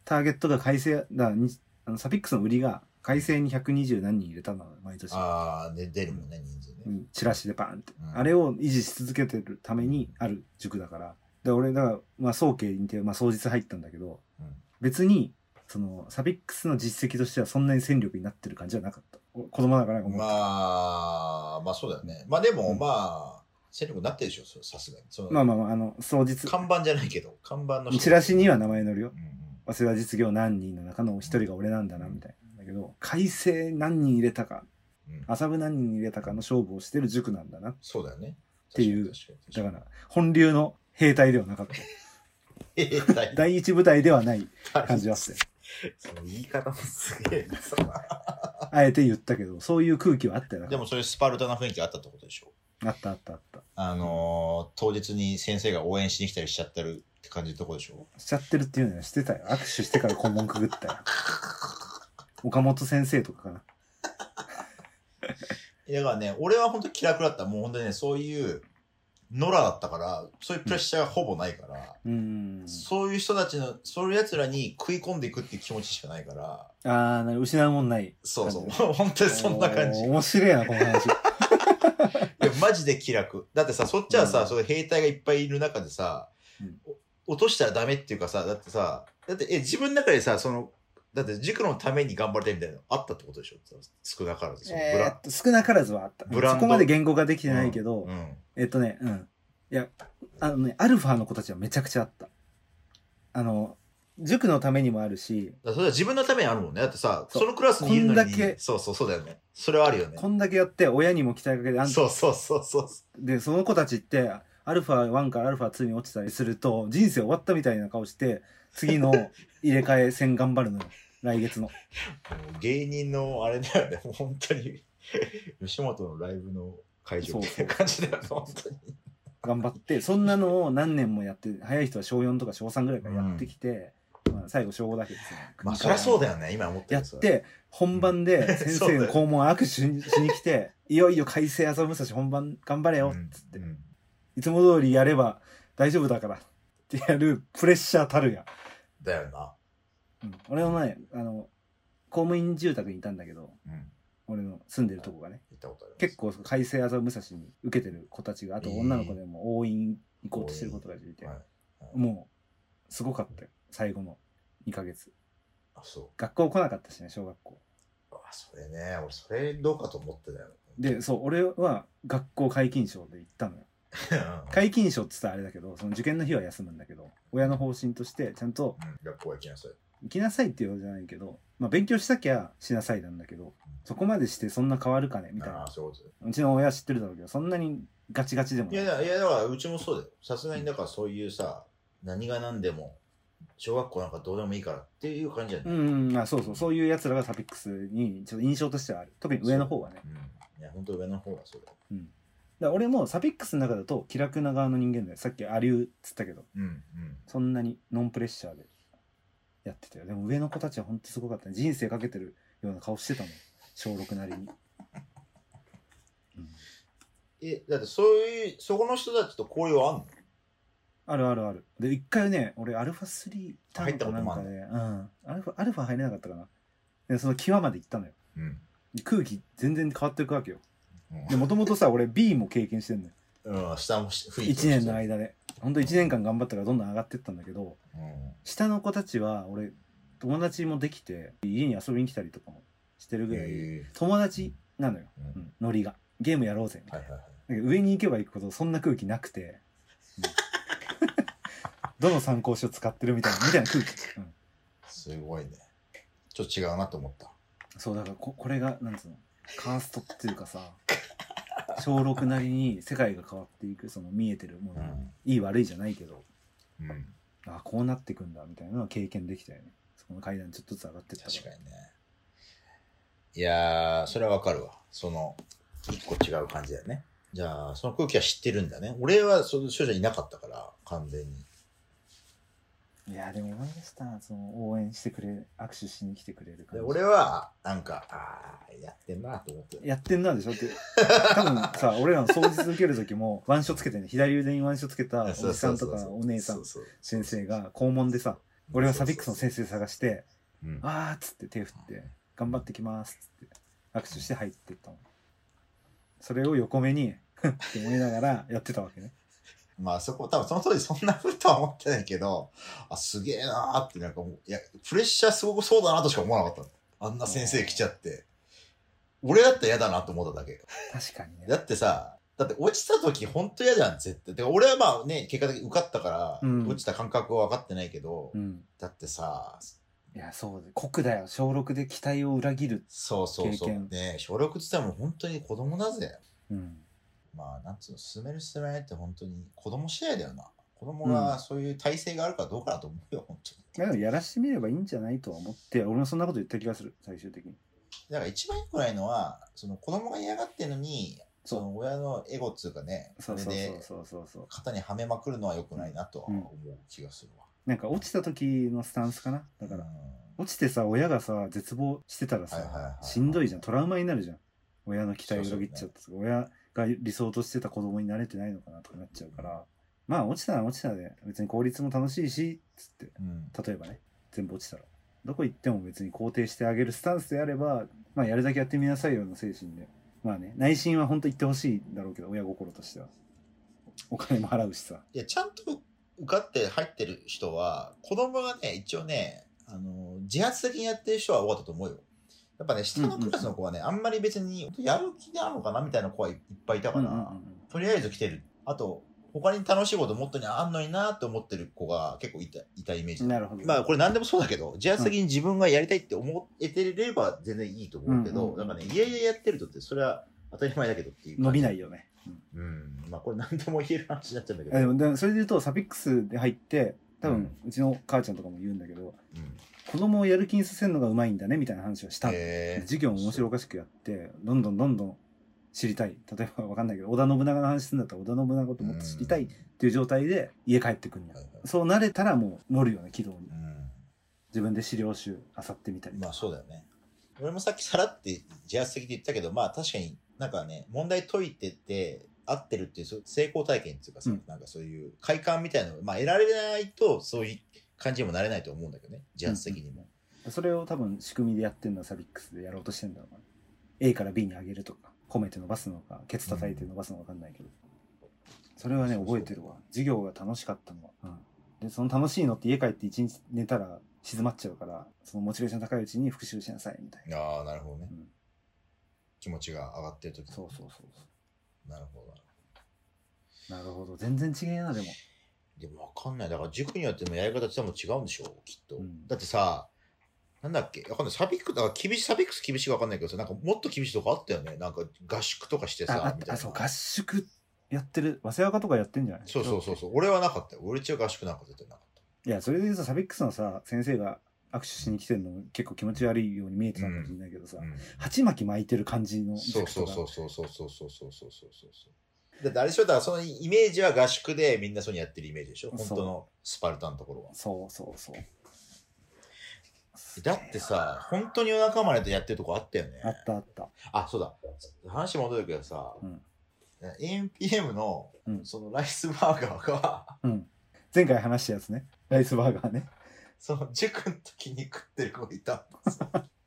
Speaker 2: ターゲットが改正、だからにあのサピックスの売りが改正に120何人入れたのは毎年。
Speaker 1: ああ、で、出るもんね、人数ね。
Speaker 2: うんチラシでバーンって、
Speaker 1: うん
Speaker 2: あれを維持し続けてるためにある塾だから。で、俺、だから、まあ、総計にて、まあ、総日入ったんだけど、
Speaker 1: うん
Speaker 2: 別に、その、サビックスの実績としてはそんなに戦力になってる感じはなかった。お子供だからなんかもう、
Speaker 1: まあ、まあそうだよね。まあでも、
Speaker 2: うん
Speaker 1: まあ、戦力になってるでしょ、そさすがに。その
Speaker 2: まあまあまあ、あの、総日、
Speaker 1: 看板じゃないけど、看板の人
Speaker 2: チラシには名前載るよ
Speaker 1: う。んうん
Speaker 2: 早稲田実業何人の中の一人が俺なんだなみたいなんだけど改正何人入れたか
Speaker 1: うん
Speaker 2: 麻布何人入れたかの勝負をしてる塾なんだな
Speaker 1: そうだよね。って
Speaker 2: いうだ
Speaker 1: だ
Speaker 2: か
Speaker 1: から
Speaker 2: 本流の兵隊ではなかった
Speaker 1: ら、
Speaker 2: 第一部隊ではない感じはして
Speaker 1: その言い方もすげえな。
Speaker 2: あえて言ったけどそういう空気はあったよな
Speaker 1: でもそういうスパルタな雰囲気あったってことでしょ。
Speaker 2: あったあったあった
Speaker 1: あのー、当日に先生が応援しに来たりしちゃってるって感じのとこでしょ。
Speaker 2: しちゃってるっていうのはしてたよ握手してから顧問くぐったよ岡本先生とかかな
Speaker 1: だからね、俺は本当気楽だった。もう本当にね、そういう、ノラだったから、そういうプレッシャーがほぼないから、
Speaker 2: うん。
Speaker 1: そういう人たちの、そういう奴らに食い込んでいくっていう気持ちしかないから、
Speaker 2: ああ、なる失うもんない。
Speaker 1: そうそう、本当に そんな感じ。
Speaker 2: おー
Speaker 1: い
Speaker 2: 面白いな、この話。
Speaker 1: や、マジで気楽。だってさ、そっちはさ、
Speaker 2: うん
Speaker 1: そういう兵隊がいっぱいいる中でさ、
Speaker 2: うん
Speaker 1: お落としたらダメっていうかさ、だってさ、だって、え、自分の中でさ、その、だって塾のために頑張りたいみたいなのあったってことでしょ少なからず。そのブ
Speaker 2: えー
Speaker 1: ラ
Speaker 2: っと少なからずはあった。
Speaker 1: ブランド
Speaker 2: そこまで言語ができてないけど、
Speaker 1: うん。
Speaker 2: えっとね、うん。いや、あのね、アルファの子たちはめちゃくちゃあった。あの、塾のためにもあるし、
Speaker 1: だからそれは自分のためにあるもんね。だってさ、
Speaker 2: そ
Speaker 1: そうのクラスにいるのに。
Speaker 2: こんだけ
Speaker 1: そうそうそうだよね。それはあるよね。
Speaker 2: こんだけやって親にも期待かけて、あん
Speaker 1: そうそうそうそう。
Speaker 2: で、その子たちって、アルファ1からアルファ2に落ちたりすると、人生終わったみたいな顔して、次の入れ替え戦頑張るのよ。来月の。
Speaker 1: もう芸人のあれだよね、もう本当に。吉本のライブの会場みたいな感じだよね、
Speaker 2: そう
Speaker 1: 本
Speaker 2: そう
Speaker 1: 当に。
Speaker 2: 頑張って、そんなのを何年もやって、早い人は小4とか小3ぐらいからやってきて、まあ、最後小5だけですね。
Speaker 1: まあ、そりゃそう
Speaker 2: だ
Speaker 1: だよね、今思って
Speaker 2: や
Speaker 1: る
Speaker 2: っ
Speaker 1: それ
Speaker 2: て、本番で先
Speaker 1: そう
Speaker 2: 生
Speaker 1: だ
Speaker 2: の
Speaker 1: よ
Speaker 2: 校門握手しにしに来 て、いよいよ改正朝武蔵本番頑張れよ、つって、
Speaker 1: うんうん
Speaker 2: いつも通りやれば大丈夫だから、ってやるプレッシャーたるや。
Speaker 1: だよな。
Speaker 2: うん、俺はね、あの、公務員住宅にいたんだけど、
Speaker 1: うん。
Speaker 2: 俺の住んでるとこがね、
Speaker 1: 言ったことある。
Speaker 2: 結構改正朝武蔵に受けてる子たちが、あと
Speaker 1: えー
Speaker 2: 女の子でも応援行こうとしてる子たちがいて、
Speaker 1: はいはい
Speaker 2: もう、すごかったよ、最後の2ヶ月。
Speaker 1: あ、そ
Speaker 2: 学校来なかったしね、小学校。
Speaker 1: う。あ、それね、俺、それどうかと思ってた よ。
Speaker 2: で、そう、俺は学校皆勤賞で行ったのよ。
Speaker 1: うん、
Speaker 2: 皆勤賞って言ったらあれだけど、その受験の日は休むんだけど、親の方針として、ちゃんと
Speaker 1: 学校行きなさい。
Speaker 2: 行きなさいっていうわけじゃないけど、まあ勉強しなきゃしなさいなんだけど、そこまでしてそんな変わるかねみたい
Speaker 1: あ
Speaker 2: な
Speaker 1: あ、。そういうことだよ
Speaker 2: うちの親知ってるだろうけど、そんなにガチガチでも
Speaker 1: い
Speaker 2: な
Speaker 1: や
Speaker 2: い。
Speaker 1: だ、いや、だから、うちもそうだよ。さすがに、だから、そういうさ、何が何でも、小学校なんかどうでもいいからっていう感じじゃない。
Speaker 2: うん、うんあ、そうそう、そういう奴らがサピックスにちょっと印象としてはある。特に上の方はね。
Speaker 1: うん。いや、本当上の方がそうだよ。
Speaker 2: うん。だから俺もサピックスの中だと気楽な側の人間で、さっきアリューっつったけど、
Speaker 1: うん、うん。
Speaker 2: そんなにノンプレッシャーでやってたよ。でも上の子たちは本当すごかったね。人生かけてるような顔してたもん。小6なりに。うん
Speaker 1: え、だってそういう、そこの人たちと交流はあんの
Speaker 2: あるあるある。で、一回ね、俺、アルファ3ターンかなんかで、うん。アルファ、アルファ入れなかったかな。で、その際まで行ったのよ。
Speaker 1: うん。
Speaker 2: で空気全然変わっていくわけよ。
Speaker 1: うん
Speaker 2: で、もともとさ、俺 B も経験してんのよ。
Speaker 1: うん、下もし、雰囲気
Speaker 2: 1年の。間で。ほんと1年間頑張ったからどんどん上がってったんだけど、
Speaker 1: うん。
Speaker 2: 下の子たちは、俺、友達もできて、家に遊びに来たりとかもしてるぐらい、
Speaker 1: へえ
Speaker 2: 友達なのよ。
Speaker 1: う
Speaker 2: うんん、ノリが。ゲームやろうぜ、みた
Speaker 1: はいい
Speaker 2: な
Speaker 1: はい。はい。
Speaker 2: なんか上に行けば行くほどそんな空気なくて、どの参考書使ってるみたいなみたいな空気、うん、
Speaker 1: すごいね。ちょっと違うなと思った。
Speaker 2: そうだからここれがなんつうのカーストっていうかさ小6なりに世界が変わっていくその見えてるもの、いい悪いじゃないけど
Speaker 1: うん。うん。
Speaker 2: ああこうなってくんだみたいなのは経験できたよねそこの階段ちょっとずつ上がってった
Speaker 1: 確かにね。いやー、それはわかるわ。その、一個違う感じだよね。じゃあ、その空気は知ってるんだね。俺は、その少女いなかったから、完全に。
Speaker 2: いやでも思い出したその応援してくれ握手しに来てくれる
Speaker 1: で
Speaker 2: 感じ
Speaker 1: 俺は、なんか、あー、やってんなと思って。
Speaker 2: やってんなでしょって。多分さ、俺らの掃除続ける時も、 腕章つけてね、左腕に腕章つけたおじさんとかお姉さん、先生が校門でさ、俺はサビックスの先生探して、
Speaker 1: 生。うん
Speaker 2: あーっつって手振って、頑張ってきますっつって、握手して入ってったの。それを横目に、ふんって思いながらやってたわけね。
Speaker 1: まあそこ、多分その当時そんなふうとは思ってないけど、あ、すげえなーって、なんかもう、いや、プレッシャーすごくそうだなとしか思わなかったのあんな先生来ちゃって。俺だったら嫌だなと思っただけ。
Speaker 2: 確かにね。
Speaker 1: だってさ、だって落ちた時ほんと嫌じゃん、絶対。てか俺はまあね、結果的に受かったから、
Speaker 2: うん
Speaker 1: 落ちた感覚は分かってないけど、
Speaker 2: うん。
Speaker 1: だってさ、
Speaker 2: いや、そうで、酷だよ。小6で期待を裏切る。
Speaker 1: そうそうそ
Speaker 2: 経
Speaker 1: う
Speaker 2: 験。
Speaker 1: ね小6って言ったらもう本当に子供だぜ。
Speaker 2: うん。
Speaker 1: まあ、なんつうの、進める進めないって本当に子供次第だよな。子供がそういう体制があるかどうかだと思うよ、本当に。
Speaker 2: いやでもやらしてみればいいんじゃないとは思って、俺もそんなこと言った気がする、最終的に。
Speaker 1: だから一番良くないのは、その子供が嫌がってるのに、
Speaker 2: そ
Speaker 1: そ
Speaker 2: う
Speaker 1: の親のエゴっつうかね、そ
Speaker 2: そう
Speaker 1: れ
Speaker 2: そう
Speaker 1: で
Speaker 2: そうそうそう。
Speaker 1: 肩にはめまくるのは良くないなとは
Speaker 2: うん
Speaker 1: 思う気がするわ。
Speaker 2: なんか落ちた時のスタンスかなだから、
Speaker 1: うん
Speaker 2: 落ちてさ親がさ絶望してたらさ、
Speaker 1: はいはいはい
Speaker 2: しんどいじゃんトラウマになるじゃん親の期待を裏切っちゃって、親が理想としてた子供になれてないのかなとかなっちゃうから、まあ落ちたら落ちたで、別に効率も楽しいし、つって、
Speaker 1: うん。
Speaker 2: 例えばね、全部落ちたら。どこ行っても別に肯定してあげるスタンスであれば、まあやるだけやってみなさいよの精神で。まあね、内心は本当言ってほしいんだろうけど、親心としては。お金も払うしさ。
Speaker 1: いや、ちゃんと受かって入ってる人は、子供がね、一応ね、あの、自発的にやってる人は多かったと思うよ。やっぱね、下のクラスの子はね、あんまり別に、やる気なのかなみたいな子はいっぱいいたから、
Speaker 2: うんうんうん
Speaker 1: とりあえず来てる。あと、他に楽しいこともっとにあんのになと思ってる子が結構いた、いたイメージだ
Speaker 2: なるほど。
Speaker 1: まあこれ何でもそうだけど、自発的に自分がやりたいって思えてれば全然いいと思うけ
Speaker 2: うん
Speaker 1: ど、
Speaker 2: うん
Speaker 1: なんかね、いやいややってるとって、それは当たり前だけどっていう。
Speaker 2: 伸びないよね。うん
Speaker 1: うん。まあこれ何でも言える話になっちゃうんだけ
Speaker 2: あで
Speaker 1: ど。
Speaker 2: もでもそれで言うとサピックスで入って多
Speaker 1: う
Speaker 2: 分
Speaker 1: ん
Speaker 2: うちの母ちゃんとかも言うんだけど、
Speaker 1: うん
Speaker 2: 子供をやる気にさせるのがうまいんだねみたいな話をしたの、
Speaker 1: へー
Speaker 2: 授業も面白おかしくやってどんどんどんどん知りたい例えば分かんないけど織田信長の話するんだったら織田信長のこともっと知りたいっ
Speaker 1: うん
Speaker 2: ていう状態で家帰ってくんや、
Speaker 1: はいはい
Speaker 2: そうなれたらもう乗るよね軌道に
Speaker 1: う
Speaker 2: 自分で資料集あさってみたり
Speaker 1: ん。
Speaker 2: と
Speaker 1: ま
Speaker 2: か
Speaker 1: あそうだよね。俺もさっきさらって自発的で言ったけど、まあ確かになんかね、問題解いてて、合ってるっていうそう成功体験っていうかさ、
Speaker 2: うん
Speaker 1: なんかそういう快感みたいなのを、まあ得られないとそういう感じにもなれないと思うんだけどね、自発的にも。
Speaker 2: それを多分仕組みでやってるのはサビックスでやろうとしてんだろうな A から B に上げるとか褒めて伸ばすのかケツ叩いて伸ばすのか分かんないけど、それはね
Speaker 1: そうそう
Speaker 2: 覚えてるわ授業が楽しかったのは、でその楽しいのって家帰って一日寝たら静まっちゃうからそのモチベーション高いうちに復習しなさいみたいな、
Speaker 1: ああ、なるほどね
Speaker 2: うん
Speaker 1: 気持ちが上がってる時
Speaker 2: そうそうそうそ
Speaker 1: なるほどな。
Speaker 2: うなるほど全然違えなでも
Speaker 1: でもわかんない。だから塾によってもやり方っても違うんでしょきっと、
Speaker 2: うん
Speaker 1: だってさ、なんだっけわかんない。サビック、だから厳しい、サビックス厳しいかわかんないけどさ、なんかもっと厳しいとこあったよね。なんか合宿とかしてさ、
Speaker 2: ああっ
Speaker 1: みたい
Speaker 2: た
Speaker 1: な。
Speaker 2: あそう合宿やってる早稲若とかやってんじゃない
Speaker 1: そうそうそうそう。俺はなかったよ。俺中合宿なんか絶対なかっ
Speaker 2: いやそれで言うとサビックスのさ先生が握手しに来てるのも結構気持ち悪いように見えてたかもしれないけどさ、
Speaker 1: た。うん
Speaker 2: 鉢巻き巻いてる感じの
Speaker 1: そうそうそううそうそうそうそうそうそうそうそう。だってあれでしょだからそのイメージは合宿でみんなそういうのやってるイメージでしょ本当のスパルタのところは。
Speaker 2: そうそうそう
Speaker 1: だってさ、本当に夜中までやってるとこあったよね。
Speaker 2: あったあった
Speaker 1: あ、そうだ。話戻るけどさ、
Speaker 2: うん
Speaker 1: AMPM の
Speaker 2: うん
Speaker 1: そのライスバーガーが、
Speaker 2: うん前回話したやつねライスバーガーね
Speaker 1: その塾の時に食ってる子がいた。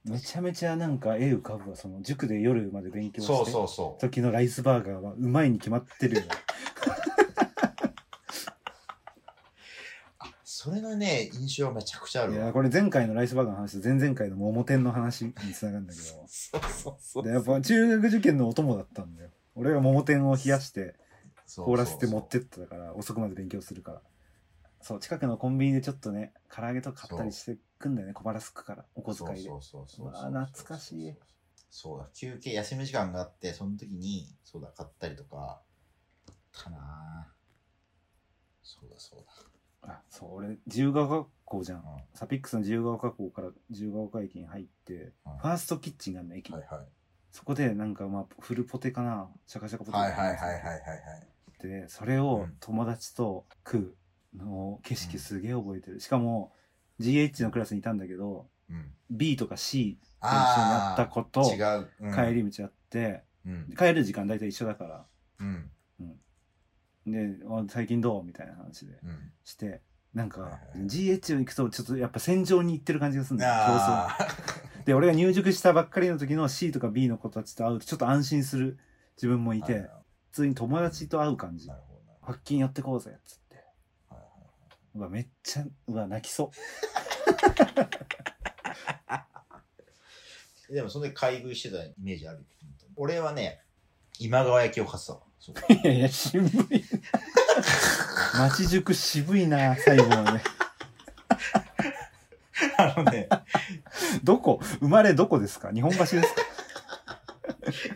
Speaker 2: めちゃめちゃなんか絵浮かぶわその塾で夜まで勉強して
Speaker 1: そうそうそう。
Speaker 2: 時のライスバーガーはうまいに決まってるよね
Speaker 1: あそれのね、印象がめちゃ くちゃあ
Speaker 2: い
Speaker 1: る
Speaker 2: や
Speaker 1: わ。
Speaker 2: これ前回のライスバーガーの話と前々回の桃天の話につながるんだけど
Speaker 1: そうそうそう。
Speaker 2: でやっぱ中学受験のお供だったんだよ俺が桃天を冷やし
Speaker 1: そうそ
Speaker 2: て
Speaker 1: うそう
Speaker 2: 凍らせて持ってったから遅くまで勉強するからそう近くのコンビニでちょっとね唐揚げとか買ったりしてくんだよね小腹すくからお小遣いで
Speaker 1: そうそうそうそう
Speaker 2: うわ懐かしい。
Speaker 1: そうだ、休憩、休み時間があって、その時に、そうだ、買ったりとか、だったなぁそうだそうだ。
Speaker 2: あそう俺自由が丘学校じゃん
Speaker 1: うん
Speaker 2: サピックスの自由が丘学校から自由が丘駅に入って
Speaker 1: うん
Speaker 2: ファーストキッチンがあるの駅に、
Speaker 1: はいはい。
Speaker 2: そこでなんかまあフルポテかなシャカシャカポテ
Speaker 1: はいはいはいはいはいはい。
Speaker 2: でそれを友達と食うの景色すげえ覚えてるしかも GH のクラスにいたんだけど
Speaker 1: うん。
Speaker 2: B とか C って一緒にな
Speaker 1: あ
Speaker 2: った
Speaker 1: あ
Speaker 2: 子と
Speaker 1: 違う。うん
Speaker 2: 帰。り道あって、
Speaker 1: うん。
Speaker 2: 帰る時間大体一緒だから
Speaker 1: うん。
Speaker 2: であ「最近どう?」みたいな話で
Speaker 1: うん。
Speaker 2: してなんか、
Speaker 1: はいはい
Speaker 2: GH を行くとちょっとやっぱ戦場に行ってる感じがするんだよ競
Speaker 1: ああ。
Speaker 2: 争で俺が入塾したばっかりの時の C とか B の子たちと会うとちょっと安心する自分もい
Speaker 1: は
Speaker 2: て、
Speaker 1: い
Speaker 2: 普通に友達と会う感じ
Speaker 1: なるほどな。
Speaker 2: 発金やってこうぜっつって
Speaker 1: はいは
Speaker 2: うわめっちゃうわ泣きそう
Speaker 1: いでも、その時買い食いしてたイメージあるよ。本当に俺はね、今川焼きを買ってたわ。そう
Speaker 2: いやいや渋 い町塾渋いな最後まで
Speaker 1: あのね、
Speaker 2: どこ生まれどこですか日本橋ですか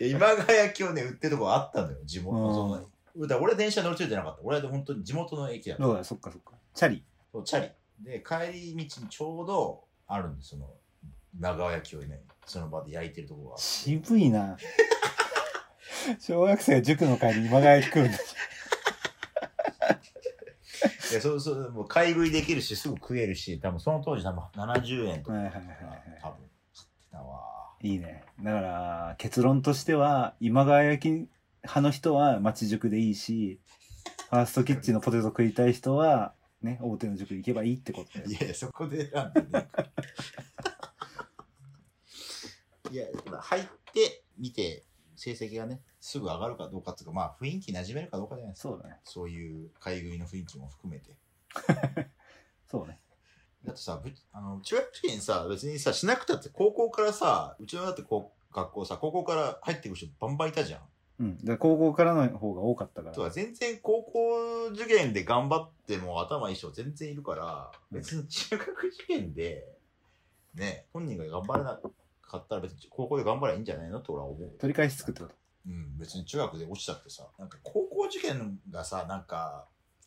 Speaker 1: いや今川焼きをね、売ってるとこあったのよ、地元
Speaker 2: う
Speaker 1: の。
Speaker 2: ん
Speaker 1: そのだから俺電車乗り継いでなかった。俺は本当に地元の駅だった。
Speaker 2: そうだ、そっかそっか。チャリ。
Speaker 1: そうチャリ。で、帰り道にちょうどあるんです、その、今川焼きをね、その場で焼いてるとこが。
Speaker 2: 渋いな。小学生が塾の帰りに今川焼き食うん
Speaker 1: い
Speaker 2: だ。
Speaker 1: や、そうそう、もう買い食いできるし、すぐ食えるし、多分その当時多分70円とか、
Speaker 2: はいはいはいは
Speaker 1: 多分買ってたわ。
Speaker 2: い。いいね。だから、結論としては、今川焼き派の人は町塾でいいし、ファーストキッチンのポテト食いたい人は、ね、大手の塾行けばいいってことだよ
Speaker 1: いやいや、そこで選んでねえからいや、まあ入ってみて、成績がね、すぐ上がるかどうかっていうか、まあ、雰囲気馴染めるかどうかじゃないですか。
Speaker 2: そうだね。
Speaker 1: そういう買い食いの雰囲気も含めて。
Speaker 2: そうね。
Speaker 1: だってさ、ぶあの中学受験さ、別にさ、しなくたって高校からさ、うちのだってこう学校さ、高校から入ってくる人バンバンいたじゃん。
Speaker 2: うん。だから高校からの方が多かったから。
Speaker 1: とは全然高校受験で頑張っても頭いい人全然いるから、別に中学受験で、ね、本人が頑張れなかったら別に高校で頑張ればいいんじゃないのと俺は思う。
Speaker 2: 取り返しつくってこと。
Speaker 1: うん、別に中学で落ちたってさ、なんか高校受験がさ、なんか、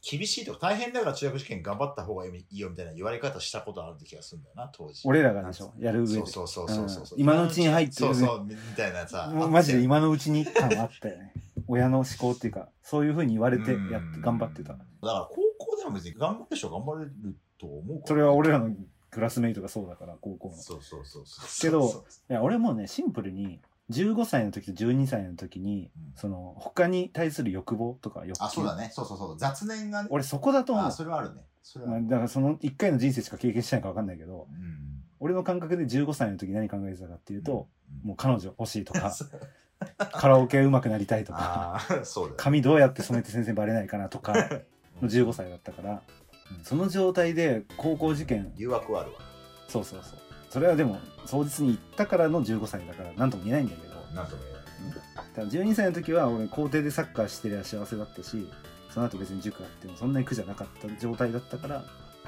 Speaker 1: 厳しいとか大変だから中学受験頑張った方がいいよみたいな言われ方したことある気がするんだよな、当時。
Speaker 2: 俺らがでしょ、やる上で。
Speaker 1: そうそうそうそうそうそう、
Speaker 2: うん今のうちに入って
Speaker 1: そうそうみたいなさ
Speaker 2: もうマジで
Speaker 1: 今
Speaker 2: 今のうちに感あったよね。親の思考っていうか、そういうふうに言われてやって頑張ってた
Speaker 1: だか。ら高校でも別に頑張る人は頑張れると思うから
Speaker 2: それは俺らのクラスメイトがそうだから、高校の。い
Speaker 1: そうそうそうそう
Speaker 2: けどや、俺もね、シンプルに、15歳の時と12歳の時に、
Speaker 1: うん
Speaker 2: その、他に対する欲望とか欲求。
Speaker 1: あそうだねそうそうそう雑念がね
Speaker 2: 俺そこだと思う
Speaker 1: あ。それはあるねそれは
Speaker 2: ま
Speaker 1: あ
Speaker 2: あ
Speaker 1: る、
Speaker 2: だからその1回の人生しか経験してないか分かんないけど、
Speaker 1: うん
Speaker 2: 俺の感覚で15歳の時何考えてたかっていうと、
Speaker 1: うん
Speaker 2: もう彼女欲しいと か、
Speaker 1: そう
Speaker 2: カラオケ上手くなりたいとか、
Speaker 1: ああそうだよ
Speaker 2: 髪どうやって染めて先生にバレないかなとか、 の15歳だったから、
Speaker 1: うん
Speaker 2: その状態で高校受験
Speaker 1: 誘惑はあるわ
Speaker 2: そうそうそうそれはでも当日に行ったからの15歳だから何とも言えないんだけど
Speaker 1: なんとも言えない
Speaker 2: ただ12歳の時は俺校庭でサッカーしてりゃ幸せだったしその後別に塾あってもそんなに苦じゃなかった状態だったから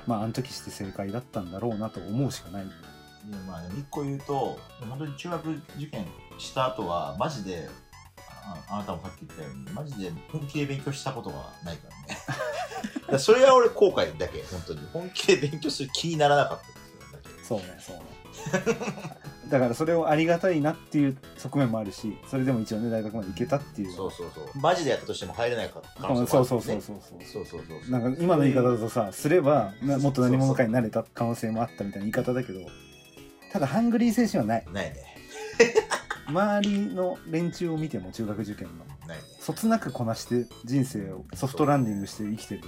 Speaker 2: まああの時して正解だったんだろうなと思うしかない
Speaker 1: いやまあでも一個言うと本当に中学受験した後はマジでああなたもさっき言ったようにマジで本気で勉強したことがないから ねだからそれは俺後悔だけ本当に本気で勉強する気にならなかったですよだけ
Speaker 2: そうねそうね だからそれをありがたいなっていう側面もあるしそれでも一応ね大学まで行けたっていう
Speaker 1: そうそうそうマジでやったとしても入れないかった可能性
Speaker 2: そ
Speaker 1: も
Speaker 2: うそう
Speaker 1: あ
Speaker 2: そう
Speaker 1: るし
Speaker 2: そうそう
Speaker 1: ねそうそうそうそう
Speaker 2: なんか今の言い方だとさ、すればなもっと何者かになれた可能性もあったみたいな言い方だけど、ただハングリー精神はない。
Speaker 1: ないね
Speaker 2: 周りの連中を見ても中学受験の。
Speaker 1: ないね
Speaker 2: そつなくこなして人生をソフトランディングして生きてる。